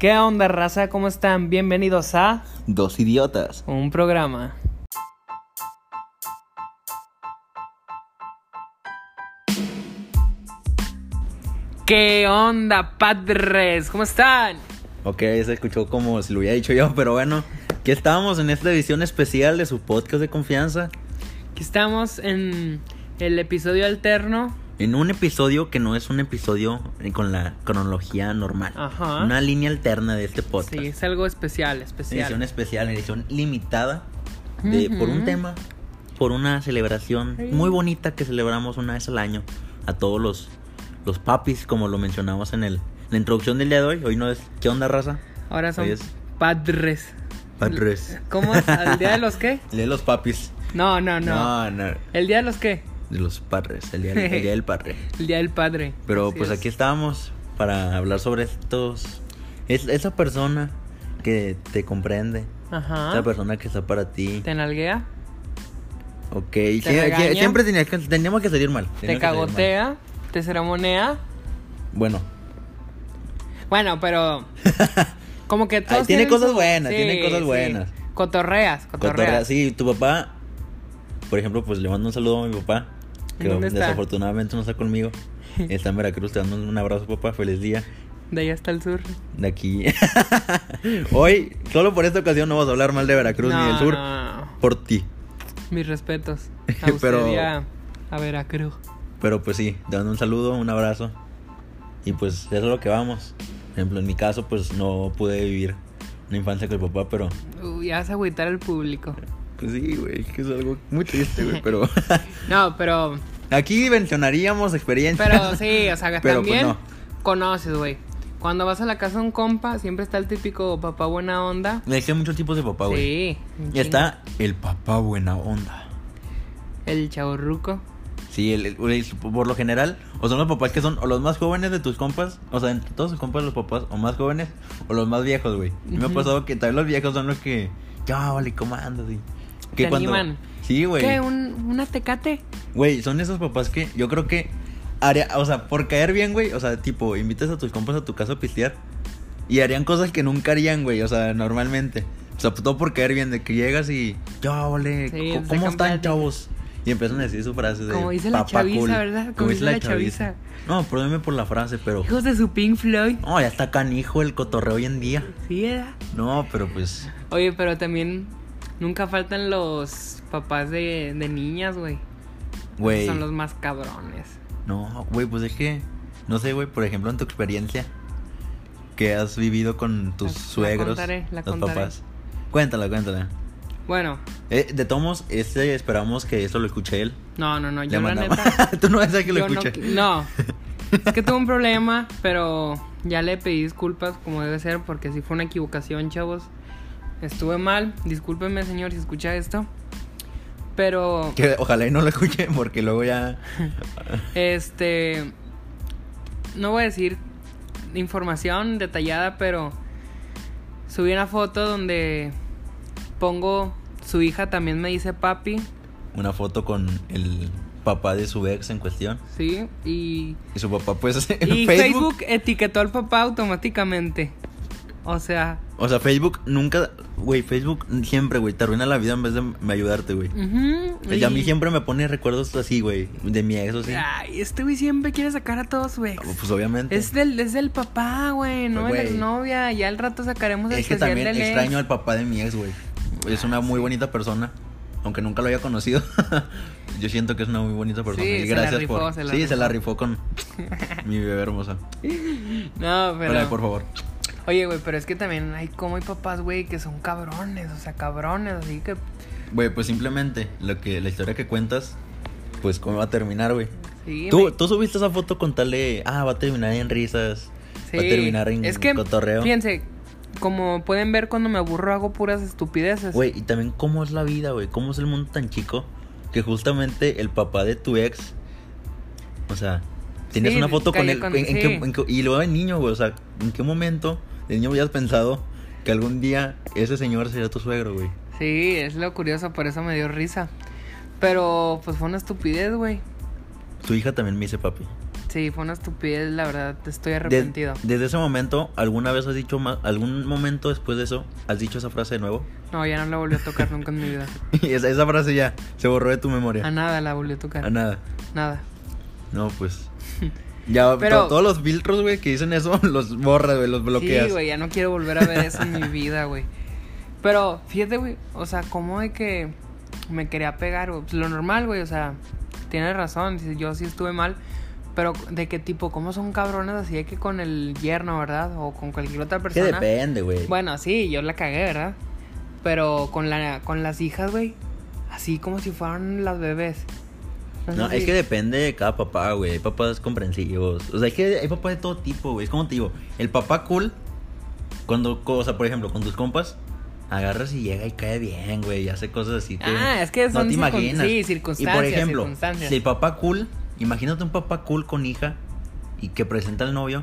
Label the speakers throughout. Speaker 1: ¿Qué onda, raza? ¿Cómo están? Bienvenidos a
Speaker 2: Dos idiotas.
Speaker 1: un programa. ¿Qué onda, padres? ¿Cómo están?
Speaker 2: Ok, se escuchó como si lo hubiera dicho yo, pero bueno, aquí estamos en esta edición especial de su podcast de confianza.
Speaker 1: Aquí estamos en el episodio alterno.
Speaker 2: En un episodio que no es un episodio con la cronología normal.
Speaker 1: Ajá.
Speaker 2: Una línea alterna de este podcast.
Speaker 1: Sí, es algo especial, especial.
Speaker 2: Edición especial, edición limitada. De, Por
Speaker 1: Ujú.
Speaker 2: un tema, por una celebración
Speaker 1: Sí.
Speaker 2: muy bonita que celebramos una vez al año a todos los, los papis, como lo mencionamos en el, la introducción del día de hoy. Hoy no es ¿Qué onda, raza?
Speaker 1: Ahora son
Speaker 2: Hoy es-
Speaker 1: padres.
Speaker 2: Padres.
Speaker 1: ¿Cómo es? ¿El día de los qué?
Speaker 2: Lee los papis.
Speaker 1: No, no, no.
Speaker 2: No, no.
Speaker 1: ¿El día de los qué?
Speaker 2: De los padres, el día, el día del padre.
Speaker 1: El día del padre.
Speaker 2: Pero
Speaker 1: Así
Speaker 2: pues
Speaker 1: es.
Speaker 2: aquí estábamos para hablar sobre estos. Es, esa persona que te comprende.
Speaker 1: Ajá.
Speaker 2: Esa persona que está para ti.
Speaker 1: Ah. ¿Te nalguea?
Speaker 2: Ok, sí, sí,
Speaker 1: regaña.
Speaker 2: siempre tenías que- teníamos que salir mal.
Speaker 1: ¿Te
Speaker 2: teníamos que salir mal.
Speaker 1: cagotea? ¿Te ceremonea?
Speaker 2: Bueno,
Speaker 1: Bueno, pero... Como que todos
Speaker 2: Ay, tiene
Speaker 1: tienen
Speaker 2: cosas
Speaker 1: su-
Speaker 2: buenas,
Speaker 1: Sí,
Speaker 2: tiene cosas
Speaker 1: sí.
Speaker 2: buenas.
Speaker 1: Cotorreas, cotorreas.
Speaker 2: cotorrea. Sí, tu papá, por ejemplo, pues le mando un saludo a mi papá. Que
Speaker 1: ¿Dónde está?
Speaker 2: desafortunadamente no está conmigo. Está en Veracruz, te dando un abrazo, papá. Feliz día.
Speaker 1: De allá hasta el sur.
Speaker 2: De aquí. Hoy, solo por esta ocasión, no vas a hablar mal de Veracruz ni
Speaker 1: No,
Speaker 2: del sur.
Speaker 1: no, no.
Speaker 2: Por ti.
Speaker 1: Mis respetos. A usted
Speaker 2: Pero-
Speaker 1: y a, a Veracruz.
Speaker 2: Pero pues sí, te mando un saludo, un abrazo. Y pues eso es lo que vamos. Por ejemplo, en mi caso, pues no pude vivir una infancia con el papá, pero.
Speaker 1: Uy, ya vas a agüitar al público.
Speaker 2: Pues sí, güey, que es algo muy triste, güey. Pero.
Speaker 1: No, pero...
Speaker 2: Aquí mencionaríamos experiencias.
Speaker 1: Pero sí, o sea, que
Speaker 2: Pero, pues,
Speaker 1: también
Speaker 2: no.
Speaker 1: conoces, güey. Cuando vas a la casa de un compa, siempre está el típico papá buena onda.
Speaker 2: Es que hay muchos tipos de papá, güey.
Speaker 1: sí. un
Speaker 2: Y está el papá buena onda.
Speaker 1: chingo. El chaborruco.
Speaker 2: Sí, el- el- güey, por lo general, o son los papás que son o los más jóvenes de tus compas, o sea, entre todos tus compas, los papás o más jóvenes o los más viejos, güey. Y Me ha
Speaker 1: Ujú.
Speaker 2: pasado que también los viejos son los que, ya, vale, ¿cómo andas? Y
Speaker 1: Te animan.
Speaker 2: Sí, güey.
Speaker 1: ¿Qué? ¿Un, ¿Una tecate?
Speaker 2: Güey, son esos papás que yo creo que haría, o sea, por caer bien, güey, o sea, tipo, invitas a tus compas a tu casa a pistear y harían cosas que nunca harían, güey, o sea, normalmente. O sea, todo por caer bien, de que llegas y, ya, vale,
Speaker 1: Sí, sacan
Speaker 2: ¿cómo, cómo están,
Speaker 1: plática.
Speaker 2: chavos? Y empiezan a decir su frase de
Speaker 1: Como dice la
Speaker 2: "Papá
Speaker 1: chaviza, ¿verdad? Como dice la chaviza.
Speaker 2: No, perdóneme por la frase, pero...
Speaker 1: Hijos de su Pink Floyd.
Speaker 2: No, ya está canijo el cotorreo hoy en día.
Speaker 1: Sí, era.
Speaker 2: No, pero pues...
Speaker 1: Oye, pero también nunca faltan los papás de, de niñas, güey.
Speaker 2: Güey.
Speaker 1: Son los más cabrones.
Speaker 2: No, güey, pues es que, no sé, güey, por ejemplo, en tu experiencia que has vivido con tus
Speaker 1: La- la
Speaker 2: suegros,
Speaker 1: contaré, la
Speaker 2: los
Speaker 1: contaré.
Speaker 2: papás. Cuéntala, cuéntala.
Speaker 1: Bueno,
Speaker 2: Eh, de tomos, este esperamos que esto lo escuche él.
Speaker 1: no, no, no.
Speaker 2: Le
Speaker 1: Yo la
Speaker 2: mandamos-
Speaker 1: neta.
Speaker 2: Tú no vas a que lo
Speaker 1: yo no
Speaker 2: escuche.
Speaker 1: qui- No, Es que tuve un problema, pero ya le pedí disculpas como debe ser, porque sí fue una equivocación, chavos. Estuve mal. Discúlpenme, señor, si escucha esto. Pero,
Speaker 2: Que ojalá y no lo escuche porque luego ya.
Speaker 1: este. No voy a decir información detallada, pero subí una foto donde pongo. Su hija también me dice papi,
Speaker 2: Una foto con el papá de su ex en cuestión.
Speaker 1: ¿sí? Y
Speaker 2: Y su papá, pues, en
Speaker 1: Y Facebook
Speaker 2: Facebook.
Speaker 1: etiquetó al papá automáticamente. O sea,
Speaker 2: O sea, Facebook nunca. Güey, Facebook siempre, güey, te arruina la vida en vez de me ayudarte, güey.
Speaker 1: ujú,
Speaker 2: Y a mí
Speaker 1: Mm. y-
Speaker 2: siempre me pone recuerdos así, güey, de mi ex, o sí.
Speaker 1: Ay, este güey siempre quiere sacar a todos su ex.
Speaker 2: Ah, Pues obviamente.
Speaker 1: Es del, es del papá, güey, no
Speaker 2: Pues,
Speaker 1: de la
Speaker 2: güey.
Speaker 1: novia. Ya al rato sacaremos el
Speaker 2: Es que
Speaker 1: especial
Speaker 2: también
Speaker 1: del ex.
Speaker 2: extraño al papá de mi ex, güey. Es una muy bonita persona. Aunque nunca lo haya conocido. Yo siento que es una muy bonita persona.
Speaker 1: Sí,
Speaker 2: y
Speaker 1: se la
Speaker 2: gracias
Speaker 1: rifó,
Speaker 2: por.
Speaker 1: se la
Speaker 2: sí, se
Speaker 1: rifó.
Speaker 2: la rifó con mi bebé hermosa.
Speaker 1: No, pero.
Speaker 2: Hola, por favor.
Speaker 1: Oye, güey, pero es que también hay como hay papás, güey, que son cabrones, o sea, cabrones, así que.
Speaker 2: Güey, pues simplemente lo que, la historia que cuentas, pues cómo va a terminar, güey.
Speaker 1: Sí,
Speaker 2: Tú,
Speaker 1: me-
Speaker 2: tú subiste esa foto con tal de. Ah, va a terminar en risas.
Speaker 1: sí.
Speaker 2: Va a terminar en
Speaker 1: es que,
Speaker 2: cotorreo.
Speaker 1: Fíjense, como pueden ver, cuando me aburro hago puras estupideces.
Speaker 2: Güey, y también cómo es la vida, güey. Cómo es el mundo tan chico que justamente el papá de tu ex, o sea, tienes
Speaker 1: Sí,
Speaker 2: una foto con
Speaker 1: cayó
Speaker 2: él.
Speaker 1: con-
Speaker 2: en- en
Speaker 1: sí.
Speaker 2: qué- en qué- y luego de niño, güey, o sea, ¿en qué momento de niño habías pensado que algún día ese señor sería tu suegro, güey?
Speaker 1: Sí, es lo curioso, por eso me dio risa. Pero pues fue una estupidez, güey.
Speaker 2: Tu hija también me dice papi.
Speaker 1: Sí, fue una estupidez, la verdad. Estoy
Speaker 2: De-
Speaker 1: arrepentido.
Speaker 2: desde ese momento, ¿alguna vez has dicho más, algún momento después de eso, has dicho esa frase de nuevo?
Speaker 1: No, ya no la volví a tocar nunca en mi vida.
Speaker 2: Y esa, esa frase ya se borró de tu memoria.
Speaker 1: A nada la volví a tocar.
Speaker 2: A nada.
Speaker 1: Nada.
Speaker 2: No, pues. Ya,
Speaker 1: Pero-
Speaker 2: to- todos los filtros, güey, que dicen eso, los borras, güey, los bloqueas.
Speaker 1: Sí, güey, ya no quiero volver a ver eso en mi vida, güey. Pero fíjate, güey, o sea, cómo de que me quería pegar, güey. Pues lo normal, güey, o sea, tienes razón, si yo sí estuve mal. Pero de qué tipo, cómo son cabrones así de que con el yerno, ¿verdad? O con cualquier otra
Speaker 2: que
Speaker 1: persona.
Speaker 2: depende, güey.
Speaker 1: Bueno, sí, yo la cagué, ¿verdad? Pero con la con las hijas, güey, así como si fueran las bebés. sé
Speaker 2: No,
Speaker 1: si-
Speaker 2: es que depende de cada papá, güey. Hay papás comprensivos. O sea, es que hay papás de todo tipo, güey. Es como te digo, el papá cool, cuando, co- o sea, por ejemplo, con tus compas, agarras y llega y cae bien, güey. Y hace cosas así.
Speaker 1: Ah, es que son
Speaker 2: no te
Speaker 1: circun-
Speaker 2: imaginas.
Speaker 1: sí, circunstancias,
Speaker 2: Y por ejemplo,
Speaker 1: circunstancias.
Speaker 2: si el papá cool, imagínate un papá cool con hija y que presenta al novio.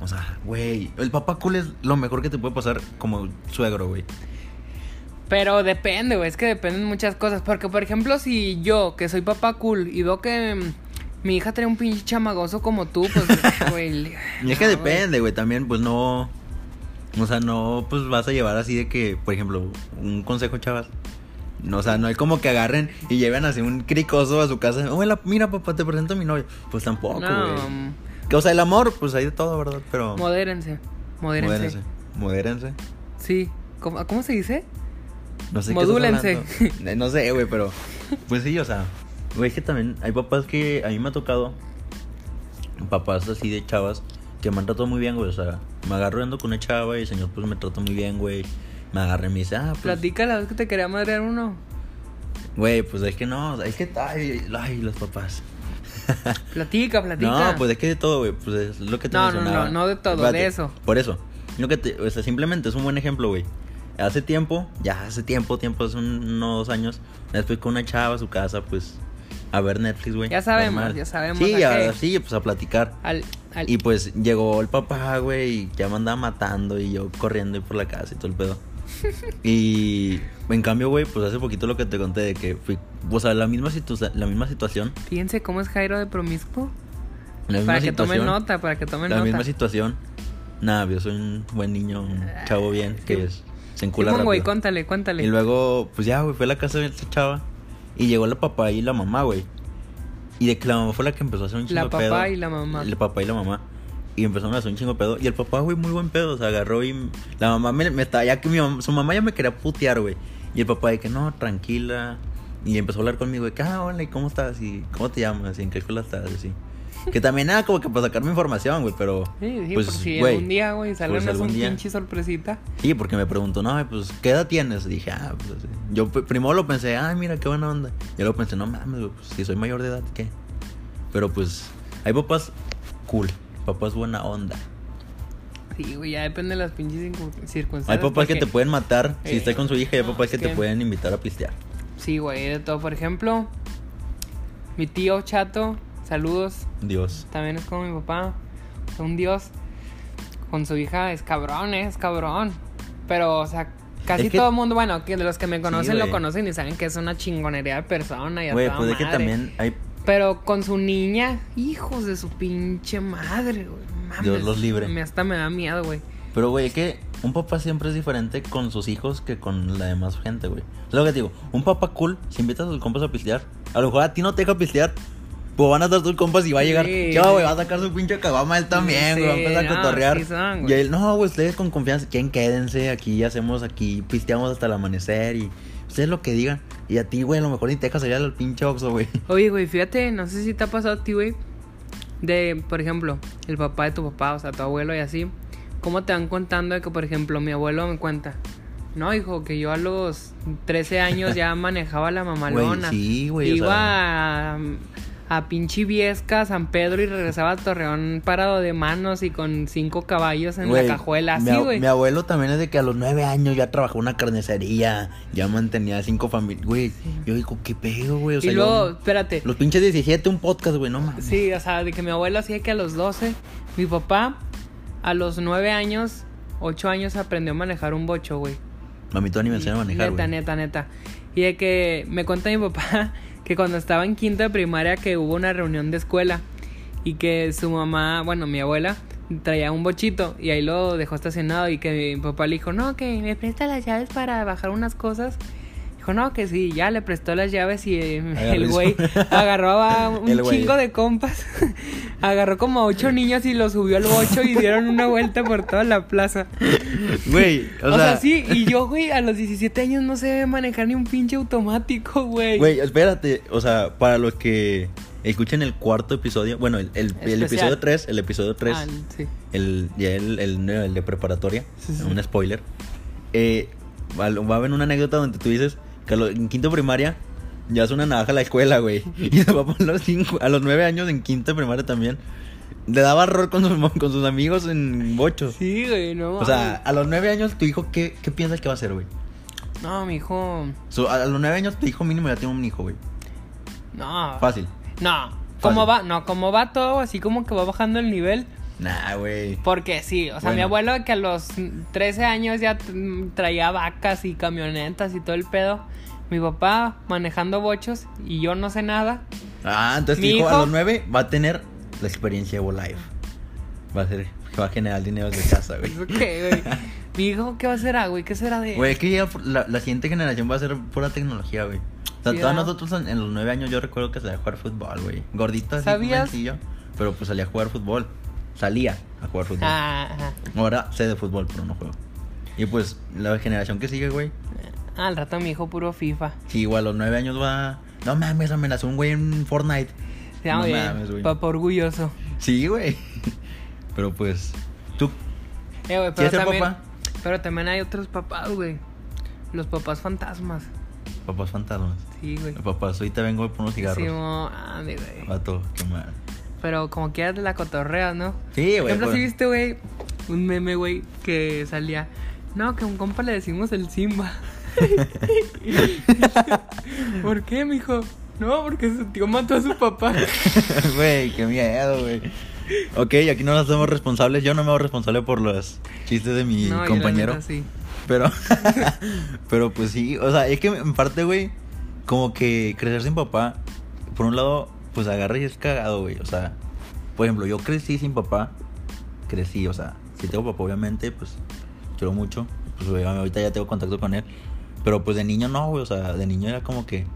Speaker 2: O sea, güey, el papá cool es lo mejor que te puede pasar como suegro, güey.
Speaker 1: Pero depende, güey, es que dependen muchas cosas. Porque, por ejemplo, si yo, que soy papá cool, y veo que mm, mi hija trae un pinche chamagoso como tú, pues, güey. le-
Speaker 2: Y es que
Speaker 1: no, güey.
Speaker 2: depende, güey, también, pues no. O sea, no, pues vas a llevar así de que, por ejemplo, un consejo, chavas. No, o sea, no es como que agarren y lleven así un cricoso a su casa. Hola, mira, papá, te presento a mi novio. Pues tampoco, güey.
Speaker 1: No, mm,
Speaker 2: Que, O sea, el amor, pues hay de todo, ¿verdad? Pero.
Speaker 1: modérense, modérense.
Speaker 2: modérense. Modérense.
Speaker 1: Sí, ¿cómo, cómo se dice?
Speaker 2: No sé qué estás
Speaker 1: Modúlense.
Speaker 2: hablando. Eh, No sé, güey, pero. Pues sí, o sea. Güey, es que también hay papás que a mí me ha tocado. Papás así de chavas que me han tratado muy bien, güey. O sea, me agarro ando con una chava y el señor pues me trata muy bien, güey. Me agarra y me dice, ah, pues.
Speaker 1: Platica la vez que te quería madrear uno.
Speaker 2: Güey, pues es que no, o sea, es que. Ay, ay, los papás.
Speaker 1: Platica, platica.
Speaker 2: No, pues es que de todo, güey. Pues es lo que te
Speaker 1: No, no,
Speaker 2: mencionaba.
Speaker 1: no, no de todo, de eso.
Speaker 2: Por eso. Lo que te, o sea, simplemente es un buen ejemplo, güey. Hace tiempo, ya hace tiempo, tiempo, hace un- unos dos años, después con una chava a su casa, pues, a ver Netflix, güey.
Speaker 1: Ya sabemos, ya sabemos
Speaker 2: Sí,
Speaker 1: a qué.
Speaker 2: a- sí, pues a platicar.
Speaker 1: Al, al-
Speaker 2: Y pues llegó el papá, güey, y ya me andaba matando y yo corriendo y por la casa y todo el pedo. y en cambio, güey, pues hace poquito lo que te conté de que fui, o sea, la misma, situ- la misma situación.
Speaker 1: Fíjense cómo es Jairo de promiscuo.
Speaker 2: La misma
Speaker 1: Para que tomen
Speaker 2: situación.
Speaker 1: nota, para que tomen
Speaker 2: la
Speaker 1: nota.
Speaker 2: misma situación. Nada, yo soy un buen niño, un chavo bien, que es- se encula
Speaker 1: Simón, güey,
Speaker 2: rápido.
Speaker 1: cuéntale, cuéntale.
Speaker 2: y luego, pues ya, güey, fue a la casa de esta chava. Y llegó la papá y la mamá, güey. Y de que la mamá fue la que empezó a hacer un chingo
Speaker 1: La
Speaker 2: de
Speaker 1: papá
Speaker 2: pedo.
Speaker 1: y la mamá.
Speaker 2: El papá y la mamá. Y empezaron a hacer un chingo de pedo. Y el papá, güey, muy buen pedo. Se agarró y la mamá me, me estaba. Ya que mi mam- su mamá ya me quería putear, güey. Y el papá de que no, tranquila. Y empezó a hablar conmigo de que, ah, hola, ¿y cómo estás? ¿Y cómo te llamas? ¿Y en qué escuela estás? Así. Que también era como que para sacarme información, güey, pero.
Speaker 1: Sí, sí,
Speaker 2: pues,
Speaker 1: por si
Speaker 2: güey,
Speaker 1: algún día, güey, salen
Speaker 2: pues, algún
Speaker 1: un
Speaker 2: día.
Speaker 1: pinche sorpresita.
Speaker 2: Sí, porque me preguntó, no, pues, ¿qué edad tienes? dije, ah, pues, sí. yo pr- primero lo pensé, ay, mira, qué buena onda. Y luego pensé, no mames, güey, pues, si soy mayor de edad, ¿qué? Pero pues, hay papás cool, papás buena onda.
Speaker 1: Sí, güey, ya depende de las pinches circun- circunstancias.
Speaker 2: Hay papás que
Speaker 1: porque-
Speaker 2: te pueden matar si
Speaker 1: Eh,
Speaker 2: estás con su hija, y hay
Speaker 1: no,
Speaker 2: papás que
Speaker 1: es
Speaker 2: te
Speaker 1: que-
Speaker 2: pueden invitar a pistear.
Speaker 1: Sí, güey, de todo. Por ejemplo, mi tío Chato, saludos,
Speaker 2: Dios.
Speaker 1: también es como mi papá, o sea, un dios. Con su hija es cabrón, eh, es cabrón. Pero, o sea, casi
Speaker 2: Es que-
Speaker 1: todo el mundo, bueno, que de los que me conocen lo
Speaker 2: güey.
Speaker 1: conocen y saben que es una chingonería de persona y a
Speaker 2: Güey,
Speaker 1: toda
Speaker 2: pues es que
Speaker 1: madre.
Speaker 2: también hay,
Speaker 1: Pero con su niña, hijos de su pinche madre, güey. mames.
Speaker 2: Dios los libre.
Speaker 1: Me hasta me da miedo, güey.
Speaker 2: Pero, güey, es que un papá siempre es diferente con sus hijos que con la demás gente, güey. Es lo que te digo. Un papá cool, si invitas a sus compas a pistear, a lo mejor a ti no te deja pistear, pues van a estar tus compas y va a llegar.
Speaker 1: Sí.
Speaker 2: Chao, güey, va a sacar su pinche cabama él también,
Speaker 1: Sí,
Speaker 2: güey. va a empezar
Speaker 1: no,
Speaker 2: a cotorrear.
Speaker 1: sí son,
Speaker 2: y
Speaker 1: güey.
Speaker 2: él, no, güey, ustedes con confianza, ¿quién quédense aquí? Hacemos aquí, pisteamos hasta el amanecer y ustedes lo que digan. Y a ti, güey, a lo mejor ni te deja salir al pinche oxo, güey.
Speaker 1: Oye, güey, fíjate, no sé si te ha pasado a ti, güey. De, por ejemplo, el papá de tu papá, o sea, tu abuelo y así. ¿Cómo te van contando de que, por ejemplo, mi abuelo me cuenta? No, hijo, que yo a los 13 años ya manejaba la mamalona.
Speaker 2: Güey, sí, güey, o
Speaker 1: Iba
Speaker 2: sea.
Speaker 1: a, a pinche Viesca, San Pedro y regresaba a Torreón parado de manos y con cinco caballos en
Speaker 2: Güey,
Speaker 1: la cajuela.
Speaker 2: mi
Speaker 1: Así,
Speaker 2: ab-
Speaker 1: güey.
Speaker 2: Mi abuelo también es de que a los nueve años ya trabajó en una carnicería, ya mantenía cinco familias. Güey, yo digo, ¿qué pedo, güey? O sea,
Speaker 1: y luego,
Speaker 2: yo-
Speaker 1: espérate.
Speaker 2: los pinches 17, un podcast, güey, no mames.
Speaker 1: Sí, o sea, de que mi abuelo hacía que a los 12, mi papá a los 9 años, 8 años aprendió a manejar un bocho, güey.
Speaker 2: Mamito ni me enseña a manejar,
Speaker 1: Neta,
Speaker 2: güey.
Speaker 1: neta, neta. Y de que me cuenta mi papá que cuando estaba en quinta de primaria que hubo una reunión de escuela y que su mamá, bueno, mi abuela, traía un bochito y ahí lo dejó estacionado y que mi papá le dijo, no, que me presta las llaves para bajar unas cosas. Dijo, no, que sí, ya le prestó las llaves y eh,
Speaker 2: Agarró
Speaker 1: el
Speaker 2: eso.
Speaker 1: güey agarró a un
Speaker 2: El güey.
Speaker 1: chingo de compas, agarró como a ocho niños y los subió al bocho y dieron una vuelta por toda la plaza.
Speaker 2: Güey,
Speaker 1: O, sea, sí, y yo, güey, a los 17 años no sé manejar ni un pinche automático, güey.
Speaker 2: Güey, espérate, o sea, para los que escuchen el cuarto episodio, bueno, el, el-
Speaker 1: Especial.
Speaker 2: el episodio 3, el episodio 3,
Speaker 1: Ah, sí.
Speaker 2: el, ya el, el- el de preparatoria,
Speaker 1: Sí, sí.
Speaker 2: un spoiler, eh, va, va a haber una anécdota donde tú dices que a lo- en quinto primaria ya es una navaja a la escuela, güey, y se va a poner los cinco- a los nueve años en quinto primaria también. Le daba rol con sus, con sus amigos en bochos.
Speaker 1: Sí, güey, no.
Speaker 2: O sea, a los nueve años, tu hijo, ¿qué, qué piensas que va a hacer, güey?
Speaker 1: mames. No, mijo.
Speaker 2: So, a a los nueve años, tu hijo mínimo ya tiene un hijo, güey.
Speaker 1: No.
Speaker 2: Fácil.
Speaker 1: No. Como va,
Speaker 2: Fácil.
Speaker 1: no, como va todo, así como que va bajando el nivel.
Speaker 2: Nah, güey.
Speaker 1: Porque sí, o sea, mi
Speaker 2: Bueno.
Speaker 1: abuelo que a los 13 años ya mm, traía vacas y camionetas y todo el pedo. Mi papá manejando bochos y yo no sé nada.
Speaker 2: Ah, entonces tu
Speaker 1: Mi
Speaker 2: hijo,
Speaker 1: hijo-
Speaker 2: a los nueve va a tener la experiencia de life. Va a ser, va a generar dinero de casa, güey.
Speaker 1: Digo, ¿Qué, güey? Mi hijo, ¿qué va a ser, ah, güey? ¿Qué será de...?
Speaker 2: Güey, es que ya por- la, la siguiente generación va a ser pura tecnología, güey. O sea,
Speaker 1: Sí,
Speaker 2: todos
Speaker 1: ¿verdad?
Speaker 2: nosotros en, en los nueve años yo recuerdo que salía a jugar fútbol, güey. Gordito así,
Speaker 1: ¿Sabías?
Speaker 2: sencillo. Pero pues salía a jugar fútbol. Salía a jugar fútbol.
Speaker 1: Ah, ajá.
Speaker 2: Ahora sé de fútbol, pero no juego. Y pues la generación que sigue, güey.
Speaker 1: Ah, al rato mi hijo puro FIFA.
Speaker 2: Sí, igual a los nueve años va. No mames, amenazó un güey en Fortnite.
Speaker 1: Se llama
Speaker 2: No
Speaker 1: bien,
Speaker 2: mames, güey.
Speaker 1: papá orgulloso.
Speaker 2: Sí, güey. Pero pues. Tú.
Speaker 1: Eh, güey, pero
Speaker 2: ¿Quieres ser
Speaker 1: también,
Speaker 2: papá?
Speaker 1: pero también hay otros papás, güey. Los papás fantasmas.
Speaker 2: Papás fantasmas.
Speaker 1: Sí, güey.
Speaker 2: Papás, ahorita vengo por unos
Speaker 1: Sí,
Speaker 2: cigarros.
Speaker 1: mo- ah, mi güey.
Speaker 2: Vato, qué mal.
Speaker 1: Pero como quieras la cotorrea, ¿no?
Speaker 2: Sí,
Speaker 1: Por
Speaker 2: güey.
Speaker 1: ejemplo, si
Speaker 2: pues,
Speaker 1: viste, güey, un meme, güey, que salía. No, que a un compa le decimos el Simba. ¿Por qué, mijo? No, porque su tío mató a su papá.
Speaker 2: Güey, qué miedo, güey. Ok, aquí no nos hacemos responsables. Yo no me hago responsable por los chistes de mi
Speaker 1: no, yo la
Speaker 2: compañero.
Speaker 1: neta sí.
Speaker 2: Pero. pero pues sí. O sea, es que en parte, güey. Como que crecer sin papá. Por un lado, pues agarra y es cagado, güey. O sea. Por ejemplo, yo crecí sin papá. Crecí, o sea. Si tengo papá, obviamente, pues. Quiero mucho. Pues güey, ahorita ya tengo contacto con él. Pero pues de niño no, güey. O sea, de niño era como que.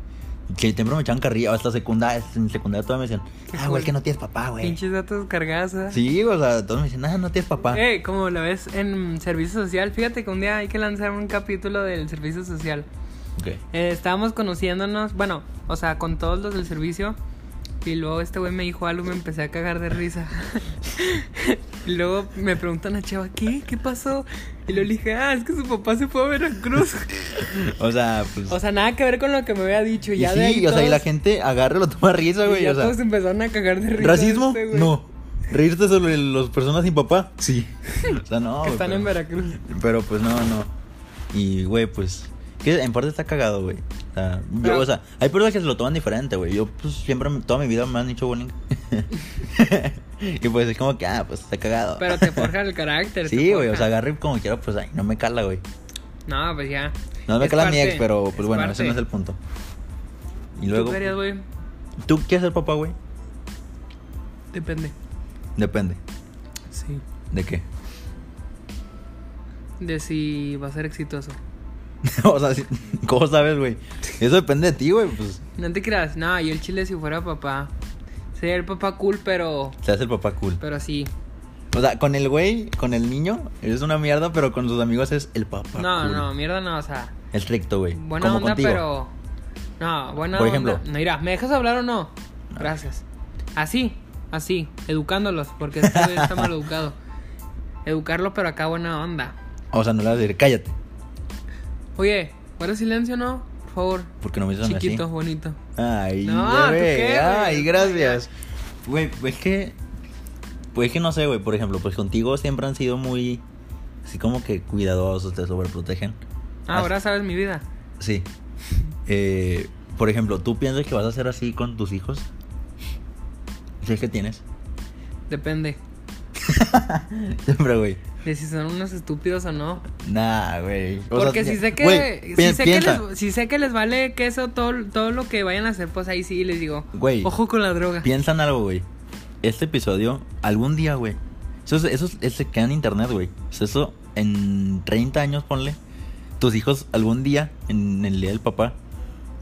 Speaker 2: Que siempre me echaban carrilla. Hasta secundaria. En secundaria todavía me decían.
Speaker 1: Qué
Speaker 2: Ah,
Speaker 1: cool.
Speaker 2: güey, es que no tienes papá, güey.
Speaker 1: Pinches datos cargadas. ¿eh?
Speaker 2: Sí, o sea, todos me dicen, ah, no tienes papá.
Speaker 1: Eh, como lo ves en servicio social, fíjate que un día hay que lanzar un capítulo del servicio social.
Speaker 2: Ok.
Speaker 1: Eh, estábamos conociéndonos, bueno, o sea, con todos los del servicio. Y luego este güey me dijo algo y me empecé a cagar de risa. y luego me preguntan a Chava, ¿qué? ¿Qué pasó? Y le dije, ah, es que su papá se fue a Veracruz.
Speaker 2: O sea, pues.
Speaker 1: o sea, nada que ver con lo que me había dicho.
Speaker 2: Y
Speaker 1: Ya
Speaker 2: sí,
Speaker 1: de ahí
Speaker 2: o sea, y la
Speaker 1: todos-
Speaker 2: gente agarra y lo toma a risa,
Speaker 1: y
Speaker 2: güey.
Speaker 1: ya
Speaker 2: O sea,
Speaker 1: todos empezaron a cagar de risa.
Speaker 2: racismo,
Speaker 1: de este güey
Speaker 2: no. Reírte sobre las personas sin papá, sí. O sea, no.
Speaker 1: Que
Speaker 2: güey,
Speaker 1: están
Speaker 2: pero,
Speaker 1: en Veracruz.
Speaker 2: Pero pues no, no. Y, güey, pues. Que en parte está cagado, güey. O sea, yo,
Speaker 1: Pero-
Speaker 2: o sea, hay personas que se lo toman diferente, güey. Yo, pues, siempre, toda mi vida me han dicho bullying. y pues es como que, ah, pues está cagado.
Speaker 1: Pero te forja el carácter.
Speaker 2: sí,
Speaker 1: te
Speaker 2: güey, o
Speaker 1: forja.
Speaker 2: sea, agarra y como quiera, pues, ay, no me cala, güey.
Speaker 1: No, pues ya.
Speaker 2: No me
Speaker 1: Es
Speaker 2: cala mi ex,
Speaker 1: parte,
Speaker 2: pero, pues
Speaker 1: es
Speaker 2: bueno, ese
Speaker 1: parte.
Speaker 2: no es el punto. Y
Speaker 1: ¿Tú
Speaker 2: luego,
Speaker 1: querías, güey?
Speaker 2: ¿tú quieres ser papá, güey?
Speaker 1: Depende.
Speaker 2: Depende.
Speaker 1: Sí.
Speaker 2: ¿De qué?
Speaker 1: De si va a ser exitoso.
Speaker 2: o sea, sí, ¿cómo sabes, güey? Eso depende de ti, güey. Pues,
Speaker 1: No te creas, no, yo el chile si fuera papá. Sería el papá cool, pero.
Speaker 2: se hace el papá cool.
Speaker 1: Pero sí.
Speaker 2: O sea, con el güey, con el niño, eres una mierda, pero con sus amigos es el papá
Speaker 1: No,
Speaker 2: cool.
Speaker 1: no, mierda no, o sea.
Speaker 2: Estricto, güey.
Speaker 1: Buena
Speaker 2: Como
Speaker 1: onda,
Speaker 2: contigo.
Speaker 1: pero. No, buena
Speaker 2: Por
Speaker 1: onda.
Speaker 2: ejemplo. Ah.
Speaker 1: No, mira, ¿me dejas hablar o no? Gracias. Así, así, educándolos, porque este güey está mal educado. Educarlo, pero acá buena onda.
Speaker 2: O sea, no le vas a decir, cállate,
Speaker 1: Oye, ¿guarda silencio no? Por favor.
Speaker 2: porque no me hicieron
Speaker 1: Chiquito,
Speaker 2: así.
Speaker 1: bonito.
Speaker 2: Ay,
Speaker 1: No,
Speaker 2: ya
Speaker 1: ¿tú
Speaker 2: ve,
Speaker 1: qué, güey?
Speaker 2: Ay, gracias. Güey, pues es que. Pues es que no sé, güey. Por ejemplo, pues contigo siempre han sido muy. Así como que cuidadosos, te sobreprotegen.
Speaker 1: Ah,
Speaker 2: Así-
Speaker 1: ahora sabes mi vida.
Speaker 2: Sí. Eh, por ejemplo, ¿tú piensas que vas a ser así con tus hijos? Si es que tienes.
Speaker 1: Depende
Speaker 2: Siempre, güey.
Speaker 1: de si son unos estúpidos o no.
Speaker 2: Nah, güey. O sea,
Speaker 1: Porque si
Speaker 2: ya-
Speaker 1: sé que,
Speaker 2: güey,
Speaker 1: si,
Speaker 2: pi-
Speaker 1: sé que
Speaker 2: piensa.
Speaker 1: les, si sé que les vale queso todo, todo lo que vayan a hacer, pues ahí sí les digo,
Speaker 2: Güey,
Speaker 1: ojo con la droga.
Speaker 2: piensa en algo, güey. este episodio algún día, güey. Eso, es- eso, es- se queda en internet, güey. O sea, eso en 30 años, ponle. Tus hijos algún día, en el día del papá,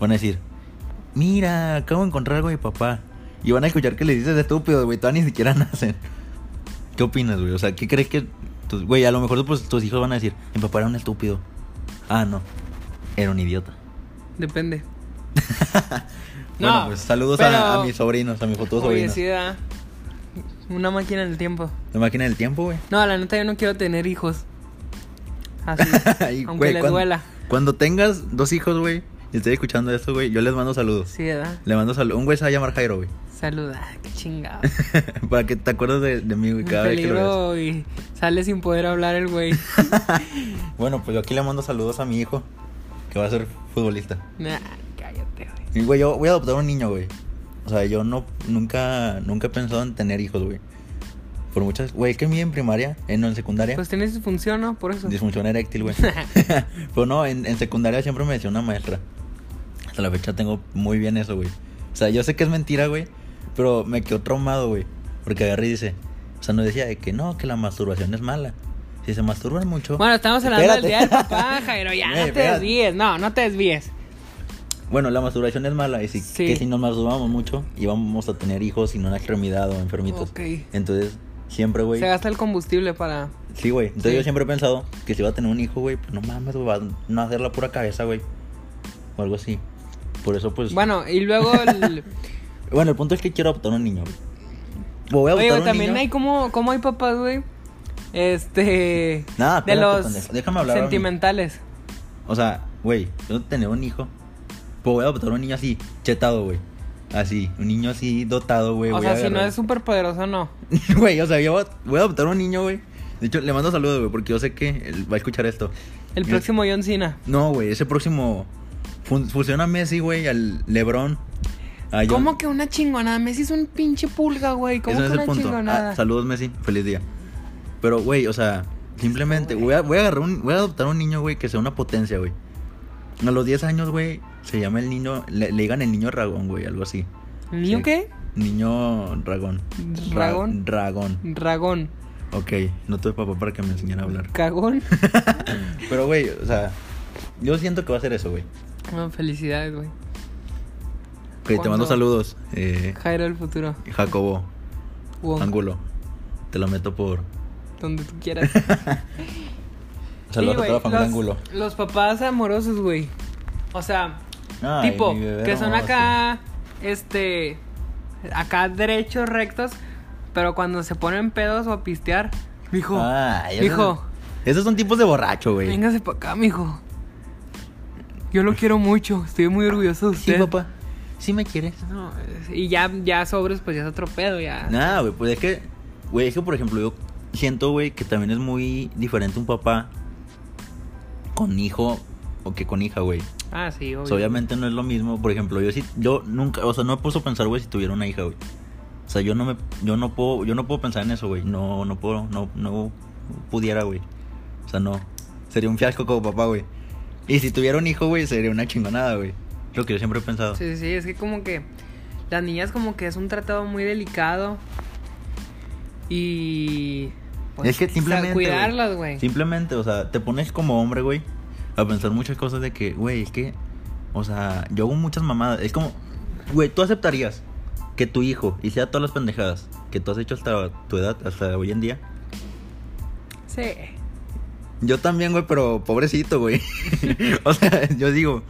Speaker 2: van a decir: Mira, acabo de encontrar algo de mi papá. Y van a escuchar que le dices estúpido, güey. Todavía ni siquiera nacen. ¿Qué opinas, güey? O sea, ¿qué crees que.? tus- Güey, a lo mejor pues, tus hijos van a decir: Mi papá era un estúpido. Ah, no. Era un idiota.
Speaker 1: Depende.
Speaker 2: bueno, pues saludos a-
Speaker 1: pero-
Speaker 2: a, mis sobrinos, a mis futuros
Speaker 1: Oye,
Speaker 2: sobrinos.
Speaker 1: sí, da. Una máquina del tiempo.
Speaker 2: La máquina del tiempo, güey.
Speaker 1: No, la neta yo no quiero tener hijos. Así.
Speaker 2: Ay,
Speaker 1: aunque
Speaker 2: güey,
Speaker 1: les
Speaker 2: cuando,
Speaker 1: duela.
Speaker 2: Cuando tengas dos hijos, güey, y estoy escuchando esto, güey, yo les mando saludos.
Speaker 1: Sí, ¿verdad?
Speaker 2: Le mando saludos. Un güey se va a llamar Jairo, güey.
Speaker 1: Saluda, qué chingado.
Speaker 2: Para que te acuerdes de, de mí, güey,
Speaker 1: Un
Speaker 2: cada vez que lo veas.
Speaker 1: peligro y sale sin poder hablar el güey.
Speaker 2: Bueno, pues yo aquí le mando saludos a mi hijo, que va a ser futbolista.
Speaker 1: Nah, cállate, güey.
Speaker 2: Y, güey, yo voy a adoptar un niño, güey. O sea, yo no, nunca, nunca he pensado en tener hijos, güey. Por muchas... Güey, es que mí en primaria, en, no, en secundaria...
Speaker 1: Pues tiene su función, ¿no? Por eso.
Speaker 2: Disfunción eréctil, güey. Pero no, en, en secundaria siempre me decía una maestra. Hasta la fecha tengo muy bien eso, güey. O sea, yo sé que es mentira, güey. Pero me quedó traumado, güey. Porque agarré y dice. O sea, nos decía de que no, que la masturbación es mala. Si se masturban mucho.
Speaker 1: Bueno, estamos hablando
Speaker 2: Espérate.
Speaker 1: del día del papá, Jairo. Ya,
Speaker 2: Güey,
Speaker 1: no te
Speaker 2: espérate.
Speaker 1: desvíes. No, no te desvíes.
Speaker 2: Bueno, la masturbación es mala. Y si,
Speaker 1: Sí.
Speaker 2: que si nos masturbamos mucho, íbamos a tener hijos sin una extremidad o enfermitos.
Speaker 1: Ok.
Speaker 2: Entonces, siempre, güey.
Speaker 1: Se gasta el combustible para.
Speaker 2: Sí, güey. Entonces
Speaker 1: Sí.
Speaker 2: yo siempre he pensado que si va a tener un hijo, güey, pues no mames, güey, va a no hacer la pura cabeza, güey. O algo así. Por eso, pues.
Speaker 1: Bueno, y luego el.
Speaker 2: Bueno, el punto es que quiero adoptar un niño, güey. O voy a
Speaker 1: Oye, güey,
Speaker 2: adoptar un
Speaker 1: también
Speaker 2: niño.
Speaker 1: hay como, como hay papás, güey. Este.
Speaker 2: Nada,
Speaker 1: de
Speaker 2: espérate,
Speaker 1: los
Speaker 2: pendejo. Déjame hablar a mí.
Speaker 1: sentimentales.
Speaker 2: O sea, güey, yo tener un hijo. Pues voy a adoptar un niño así, chetado, güey. Así, un niño así dotado, güey.
Speaker 1: o
Speaker 2: voy
Speaker 1: sea,
Speaker 2: a
Speaker 1: si no
Speaker 2: agarrar-
Speaker 1: es súper poderoso, no.
Speaker 2: Güey, o sea, yo voy a- voy a adoptar un niño, güey. De hecho, le mando saludos, güey, porque yo sé que él va a escuchar esto.
Speaker 1: El
Speaker 2: Yo-
Speaker 1: próximo John Cena.
Speaker 2: No, güey, ese próximo fun- fusiona a Messi, güey, al LeBron. a John-
Speaker 1: ¿Cómo que una chingonada? Messi es un pinche pulga, güey. ¿Cómo
Speaker 2: Ese
Speaker 1: que
Speaker 2: no es
Speaker 1: una
Speaker 2: el punto.
Speaker 1: chingonada?
Speaker 2: Ah, saludos, Messi. Feliz día. Pero, güey, o sea, simplemente voy a, voy a agarrar un, voy a adoptar un niño, güey, que sea una potencia, güey. A los 10 años, güey, se llama el niño, le, le digan el niño dragón, güey, algo así.
Speaker 1: ¿El niño
Speaker 2: Sí.
Speaker 1: qué?
Speaker 2: Niño dragón.
Speaker 1: ¿Dragón?
Speaker 2: dragón.
Speaker 1: Dragón.
Speaker 2: Ok, no tuve papá para que me enseñara a hablar.
Speaker 1: Cagón.
Speaker 2: Pero, güey, o sea, yo siento que va a ser eso, güey.
Speaker 1: No, felicidades, güey.
Speaker 2: Ok, te mando
Speaker 1: ¿Cuándo?
Speaker 2: saludos, eh,
Speaker 1: Jairo del futuro.
Speaker 2: Jacobo.
Speaker 1: Wong,
Speaker 2: Ángulo. Te lo meto por.
Speaker 1: Donde tú quieras.
Speaker 2: Saludos
Speaker 1: Sí,
Speaker 2: a toda la
Speaker 1: güey,
Speaker 2: familia
Speaker 1: los-
Speaker 2: Ángulo.
Speaker 1: Los papás amorosos, güey. O sea,
Speaker 2: Ay,
Speaker 1: tipo,
Speaker 2: mi bebé
Speaker 1: que son
Speaker 2: hermoso.
Speaker 1: acá, este, acá derechos, rectos, pero cuando se ponen pedos o a pistear, mijo,
Speaker 2: Ay, esos-
Speaker 1: mijo,
Speaker 2: Ah, Esos son tipos de borracho, güey.
Speaker 1: véngase para acá, mijo. Yo lo quiero mucho, estoy muy orgulloso de
Speaker 2: Sí,
Speaker 1: usted.
Speaker 2: papá. Sí me quieres.
Speaker 1: No, es- y ya, ya sobres, pues ya es otro pedo, ya.
Speaker 2: Nada, güey, pues es que, güey, es que por ejemplo yo siento, güey, que también es muy diferente un papá con hijo o que con hija, güey.
Speaker 1: Ah, sí, obvio.
Speaker 2: O sea, obviamente no es lo mismo. Por ejemplo, yo sí, yo nunca, o sea, no me puso a pensar, güey, si tuviera una hija, güey. O sea, yo no me, yo no puedo, yo no puedo pensar en eso, güey. No, no puedo, no, no pudiera, güey. O sea, no. Sería un fiasco como papá, güey. Y si tuviera un hijo, güey, sería una chingonada, güey. Lo que yo siempre he pensado.
Speaker 1: Sí, sí, sí, es que como que las niñas como que es un tratado muy delicado y
Speaker 2: es que
Speaker 1: sa-
Speaker 2: simplemente. güey,
Speaker 1: cuidarlas, güey.
Speaker 2: Simplemente, o sea, te pones como hombre, güey, a pensar muchas cosas de que, güey, es que, o sea, yo hago muchas mamadas. Es como, güey, tú aceptarías que tu hijo hiciera todas las pendejadas que tú has hecho hasta tu edad, hasta hoy en día.
Speaker 1: Sí.
Speaker 2: Yo también, güey, pero pobrecito, güey. o sea, yo digo,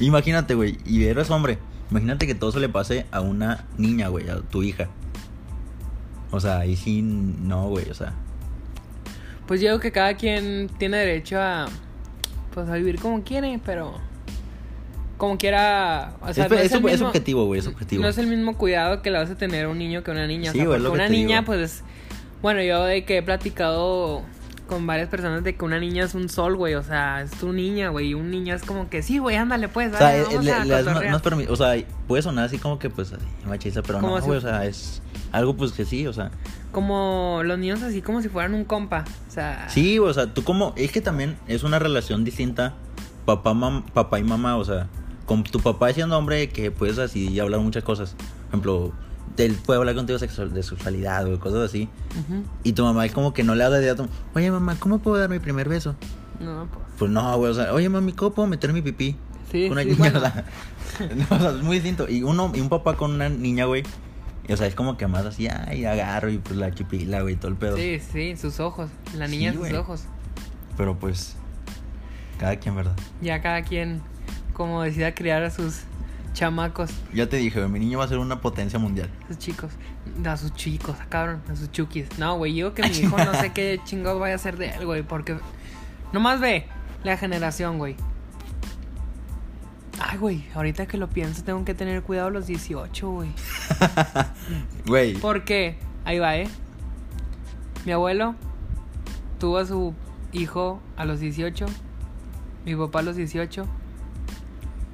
Speaker 2: imagínate, güey, y eres hombre. Imagínate que todo eso le pase a una niña, güey, a tu hija. O sea, ahí sí, no, güey, o sea.
Speaker 1: Pues yo digo que cada quien tiene derecho a pues a vivir como quiere, pero como quiera, o sea,
Speaker 2: Es-
Speaker 1: no es,
Speaker 2: es
Speaker 1: el
Speaker 2: sub- es
Speaker 1: mismo-
Speaker 2: subjetivo, güey, es subjetivo.
Speaker 1: No es el mismo cuidado que le vas a tener a un niño que a una niña, o
Speaker 2: Sí,
Speaker 1: sea,
Speaker 2: güey,
Speaker 1: porque
Speaker 2: es lo que
Speaker 1: una
Speaker 2: te
Speaker 1: niña
Speaker 2: digo.
Speaker 1: pues bueno, yo de que he platicado con varias personas de que una niña es un sol, güey, o sea, es tu niña, güey, y un niño es como que sí, güey, ándale pues,
Speaker 2: O sea,
Speaker 1: dale,
Speaker 2: eh,
Speaker 1: vamos
Speaker 2: le-
Speaker 1: a
Speaker 2: le das más-
Speaker 1: cotorrear".
Speaker 2: más permi- o sea, puede sonar así como que pues así, machista, pero no,
Speaker 1: Como si-
Speaker 2: güey, o sea, es algo pues que sí, o sea.
Speaker 1: Como los niños así como si fueran un compa. O sea.
Speaker 2: Sí, o sea, tú como es que también es una relación distinta papá mam- papá y mamá, o sea, con tu papá siendo hombre que puedes así hablar muchas cosas. Por ejemplo, él puede hablar contigo sexual- de sexualidad o cosas así.
Speaker 1: Ujú.
Speaker 2: Y tu mamá como que no le habla de a tu Oye, mamá, ¿cómo puedo dar mi primer beso?
Speaker 1: No, pues.
Speaker 2: Pues no, güey, o sea, oye, mami, ¿cómo puedo meter mi pipí?
Speaker 1: Sí,
Speaker 2: con una
Speaker 1: sí,
Speaker 2: niña,
Speaker 1: bueno.
Speaker 2: o sea, no, o sea, es muy distinto. Y uno, y un papá con una niña, güey, y, o sea, es como que más así, ay, agarro y pues la chipila, güey, todo el pedo.
Speaker 1: Sí, sí, sus ojos. La niña
Speaker 2: Sí,
Speaker 1: en sus
Speaker 2: güey.
Speaker 1: ojos.
Speaker 2: Pero pues, cada quien, ¿verdad?
Speaker 1: Ya cada quien, como decida criar a sus chamacos,
Speaker 2: Ya te dije, güey, mi niño va a ser una potencia mundial.
Speaker 1: sus chicos, a sus chicos, ah, cabrón, a sus chukis. No, güey, yo que mi hijo no sé qué chingados vaya a hacer de él, güey, porque nomás ve la generación, güey. Ay, güey, ahorita que lo pienso tengo que tener cuidado a los 18, güey.
Speaker 2: Güey,
Speaker 1: Porque, ahí va, ¿eh? Mi abuelo tuvo a su hijo a los 18, mi papá a los 18,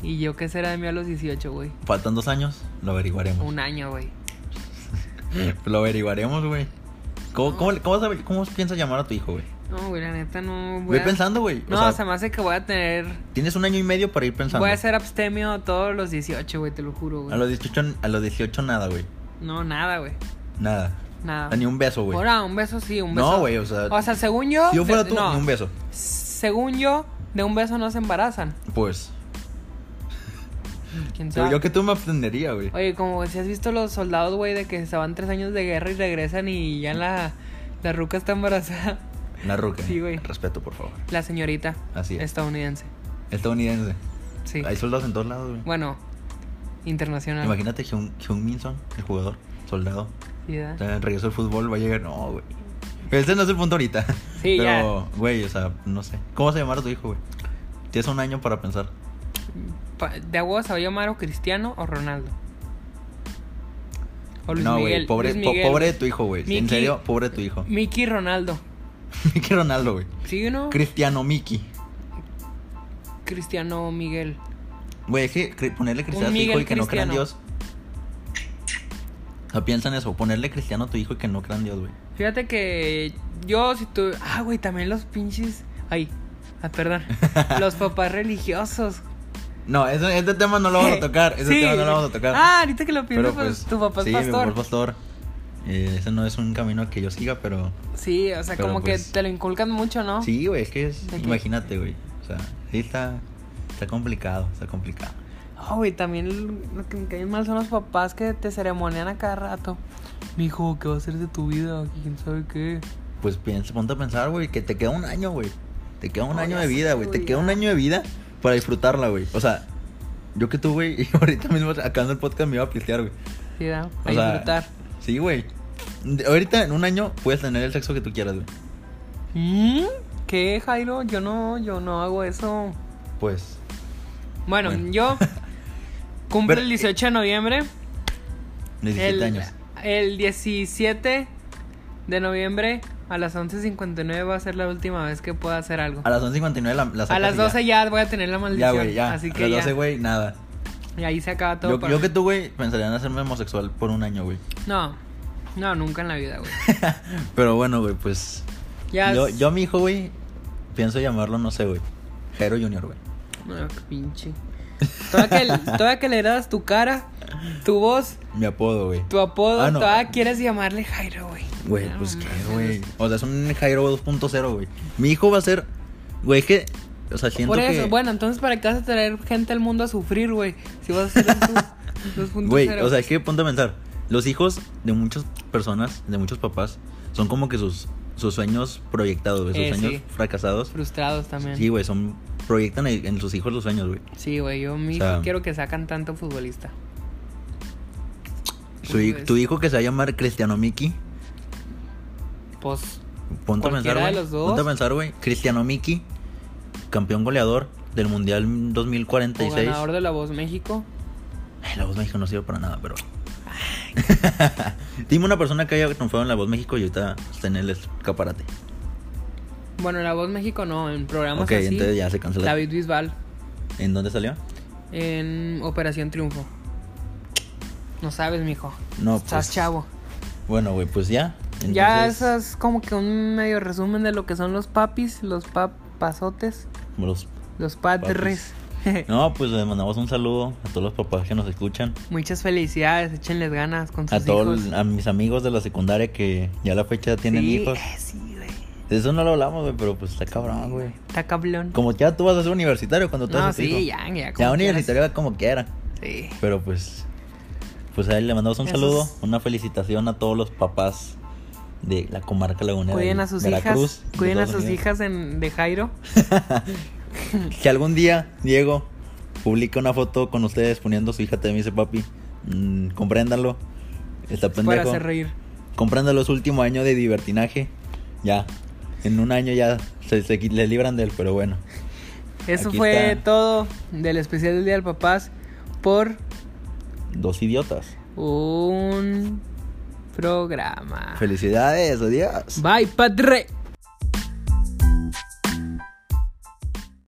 Speaker 1: y yo qué será de mí a los 18, güey.
Speaker 2: faltan dos años, lo averiguaremos. Pues
Speaker 1: Un año, güey.
Speaker 2: Lo averiguaremos, güey. ¿Cómo,
Speaker 1: No.
Speaker 2: cómo, le- cómo, sabe- cómo piensas llamar a tu hijo, güey?
Speaker 1: No, güey, la neta no. voy
Speaker 2: Ve
Speaker 1: a-
Speaker 2: pensando, güey.
Speaker 1: No,
Speaker 2: o sea,
Speaker 1: se me hace que voy a tener.
Speaker 2: tienes un año y medio para ir pensando.
Speaker 1: Voy a ser abstemio todos los 18, güey, te lo juro,
Speaker 2: A
Speaker 1: güey.
Speaker 2: los 18, a los 18 nada, güey.
Speaker 1: No, nada, güey.
Speaker 2: Nada.
Speaker 1: Nada.
Speaker 2: Ni un beso, güey.
Speaker 1: Ah. Ahora, un beso sí, un beso.
Speaker 2: No, güey, o sea.
Speaker 1: O sea, según yo.
Speaker 2: si yo fuera
Speaker 1: de-
Speaker 2: tú,
Speaker 1: no.
Speaker 2: ni un beso.
Speaker 1: Según yo, de un beso no se embarazan.
Speaker 2: Pues.
Speaker 1: ¿Quién sabe?
Speaker 2: Yo, yo que tú me abstendría, güey.
Speaker 1: Oye, como si has visto los soldados, güey, de que se van tres años de guerra y regresan y ya la, la ruca está embarazada.
Speaker 2: La ruca.
Speaker 1: Sí, güey.
Speaker 2: Respeto, por favor.
Speaker 1: La señorita.
Speaker 2: Así es.
Speaker 1: Estadounidense.
Speaker 2: Estadounidense.
Speaker 1: Sí.
Speaker 2: Hay soldados en todos lados, güey.
Speaker 1: Bueno, internacional.
Speaker 2: Imagínate Hyun, Hyun Min Son, el jugador, soldado.
Speaker 1: Sí, ¿verdad?
Speaker 2: O sea, regreso al fútbol, va a llegar. No, güey. Pero este no es el punto ahorita.
Speaker 1: Sí,
Speaker 2: Pero, güey, o sea, no sé. ¿Cómo se llamará tu hijo, güey? Tienes un año para pensar.
Speaker 1: Pa- ¿De agua se va a llamar o Cristiano o Ronaldo? O Oh, Luis
Speaker 2: no,
Speaker 1: Miguel.
Speaker 2: güey, pobre,
Speaker 1: Luis
Speaker 2: po-
Speaker 1: Miguel,
Speaker 2: pobre de
Speaker 1: güey.
Speaker 2: tu hijo, güey. En
Speaker 1: Mickey-
Speaker 2: serio, pobre de tu hijo.
Speaker 1: Mickey Ronaldo.
Speaker 2: Mickey Ronaldo, güey.
Speaker 1: ¿Sí o no?
Speaker 2: Cristiano Mickey.
Speaker 1: Cristiano Miguel.
Speaker 2: Güey, es que cri- ponerle cristiano a tu
Speaker 1: Miguel
Speaker 2: hijo y que no crean
Speaker 1: Cristiano.
Speaker 2: Dios. No piensa en eso, ponerle cristiano a tu hijo y que no crean Dios, güey.
Speaker 1: Fíjate que yo si tú... Ah, güey, también los pinches... Ay, ah, perdón. los papás religiosos.
Speaker 2: No, ese- este tema no lo vamos a tocar. Ese
Speaker 1: Sí.
Speaker 2: tema no lo vamos a tocar.
Speaker 1: Ah, ahorita que lo pienso,
Speaker 2: pero
Speaker 1: pues,
Speaker 2: pues.
Speaker 1: tu papá es
Speaker 2: sí, Mi
Speaker 1: pastor.
Speaker 2: papá es pastor. Eh, ese no es un camino que yo siga, pero.
Speaker 1: Sí, o sea,
Speaker 2: Pero,
Speaker 1: como
Speaker 2: pues,
Speaker 1: que te lo inculcan mucho, ¿no?
Speaker 2: Sí, güey, es que es.
Speaker 1: ¿De qué?
Speaker 2: Imagínate, güey. O sea, sí está. Está complicado, está complicado.
Speaker 1: Ah, güey, también lo que me cae mal son los papás que te ceremonian a cada rato. Mi hijo, ¿qué va a hacer de tu vida? ¿Quién sabe qué?
Speaker 2: Pues piensa, ponte a pensar, güey, que te queda un año, güey. Te queda un
Speaker 1: No,
Speaker 2: año
Speaker 1: ya
Speaker 2: de
Speaker 1: sé,
Speaker 2: vida, güey. Te
Speaker 1: güey,
Speaker 2: queda un
Speaker 1: ya.
Speaker 2: año de vida para disfrutarla, güey. O sea, yo que tú, güey, y ahorita mismo acabando el podcast me iba a pistear, güey.
Speaker 1: Sí, ¿verdad?
Speaker 2: O
Speaker 1: a
Speaker 2: sea,
Speaker 1: disfrutar.
Speaker 2: Sí, güey. De- Ahorita en un año puedes tener el sexo que tú quieras, güey.
Speaker 1: ¿Mm? ¿Qué, Jairo? Yo no, yo no hago eso.
Speaker 2: Pues.
Speaker 1: Bueno,
Speaker 2: Bueno.
Speaker 1: yo cumple
Speaker 2: Pero-
Speaker 1: el 18 de noviembre.
Speaker 2: 17
Speaker 1: El,
Speaker 2: años.
Speaker 1: el 17 de noviembre a las 11.59 va a ser la última vez que pueda hacer algo.
Speaker 2: A las 11.59 la, la
Speaker 1: A
Speaker 2: sacas
Speaker 1: las
Speaker 2: y ya.
Speaker 1: 12 ya voy a tener la
Speaker 2: Ya,
Speaker 1: maldición.
Speaker 2: güey, ya.
Speaker 1: Así
Speaker 2: a
Speaker 1: que
Speaker 2: las
Speaker 1: ya.
Speaker 2: 12, güey, nada.
Speaker 1: Y ahí se acaba todo.
Speaker 2: Yo,
Speaker 1: para
Speaker 2: yo
Speaker 1: mí.
Speaker 2: que tú, güey, pensaría en hacerme homosexual por un año, güey.
Speaker 1: No, no, nunca en la vida, güey.
Speaker 2: Pero bueno, güey, pues.
Speaker 1: Ya.
Speaker 2: Yo,
Speaker 1: es-
Speaker 2: yo a mi hijo, güey, pienso llamarlo, no sé, güey. Jairo Junior, güey.
Speaker 1: No, qué pinche. Todavía que, todavía que le heredas tu cara, tu voz,
Speaker 2: Mi apodo, güey.
Speaker 1: tu apodo,
Speaker 2: Ah, no.
Speaker 1: todavía quieres llamarle Jairo, güey.
Speaker 2: Güey,
Speaker 1: No,
Speaker 2: pues qué,
Speaker 1: mames.
Speaker 2: güey. O sea, es un Jairo 2.0, güey. Mi hijo va a ser. Güey, es que. O sea, siento
Speaker 1: Por eso,
Speaker 2: que.
Speaker 1: bueno, entonces para qué vas a traer gente al mundo a sufrir, güey. Si vas a hacer los puntos
Speaker 2: Güey, o sea, es que ponte a pensar. Los hijos de muchas personas, de muchos papás, son como que sus, sus sueños proyectados, güey. Sus
Speaker 1: Eh,
Speaker 2: sueños
Speaker 1: sí.
Speaker 2: fracasados.
Speaker 1: frustrados también.
Speaker 2: Sí, güey, son. Proyectan en, en sus hijos los sueños, güey.
Speaker 1: Sí, güey, yo mi
Speaker 2: O sea,
Speaker 1: hijo quiero que sacan tanto futbolista.
Speaker 2: Su
Speaker 1: Sí,
Speaker 2: hi-
Speaker 1: güey.
Speaker 2: tu hijo que se va a llamar Cristiano Miki.
Speaker 1: Pues
Speaker 2: Ponte a
Speaker 1: Cualquiera
Speaker 2: pensar,
Speaker 1: de
Speaker 2: güey.
Speaker 1: los dos.
Speaker 2: Ponte a pensar, güey. Cristiano Miki, campeón goleador del Mundial
Speaker 1: o
Speaker 2: 2046.
Speaker 1: ganador de la voz México.
Speaker 2: Ay, la voz México no sirve para nada, pero. Dime una persona que haya triunfado en la voz México y ahorita está en el escaparate.
Speaker 1: Bueno, en la voz México no, en programas
Speaker 2: ok,
Speaker 1: así.
Speaker 2: entonces ya se canceló.
Speaker 1: David Bisbal
Speaker 2: ¿En dónde salió?
Speaker 1: en Operación Triunfo. No sabes, mijo.
Speaker 2: No,
Speaker 1: Estás
Speaker 2: pues,
Speaker 1: chavo.
Speaker 2: Bueno, güey, pues ya.
Speaker 1: Ya
Speaker 2: Entonces,
Speaker 1: eso es como que un medio resumen de lo que son los papis, los papazotes,
Speaker 2: Los
Speaker 1: los padres.
Speaker 2: No, pues les mandamos un saludo a todos los papás que nos escuchan.
Speaker 1: Muchas felicidades, échenles ganas con sus
Speaker 2: A todos,
Speaker 1: hijos.
Speaker 2: a mis amigos de la secundaria que ya a la fecha tienen
Speaker 1: sí,
Speaker 2: hijos.
Speaker 1: eh, sí, güey.
Speaker 2: De eso no lo hablamos, güey, pero pues está cabrón, güey.
Speaker 1: Está cablón.
Speaker 2: Como ya tú vas a ser universitario cuando tú
Speaker 1: No,
Speaker 2: haces
Speaker 1: sí,
Speaker 2: hijo.
Speaker 1: ya, ya. como
Speaker 2: Ya
Speaker 1: quieras.
Speaker 2: universitario como quiera.
Speaker 1: Sí.
Speaker 2: Pero pues, pues a él le mandamos un
Speaker 1: Esos-
Speaker 2: saludo, una felicitación a todos los papás de la comarca lagunera.
Speaker 1: Cuiden
Speaker 2: de
Speaker 1: a sus
Speaker 2: Veracruz,
Speaker 1: hijas.
Speaker 2: de
Speaker 1: Cuiden a
Speaker 2: Estados
Speaker 1: sus
Speaker 2: Unidos.
Speaker 1: hijas en, de Jairo.
Speaker 2: Si algún día Diego publica una foto con ustedes poniendo su hija te dice papi, mm, compréndanlo. Está
Speaker 1: Para
Speaker 2: pendejo.
Speaker 1: hacer reír.
Speaker 2: Compréndanlo, es su último año de divertinaje. Ya. En un año ya se, se qui- le libran de él, pero bueno.
Speaker 1: Eso
Speaker 2: Aquí
Speaker 1: fue
Speaker 2: está.
Speaker 1: todo del especial del Día del Papás por
Speaker 2: Dos idiotas.
Speaker 1: un programa. Ah.
Speaker 2: Felicidades, adiós.
Speaker 1: Bye, padre.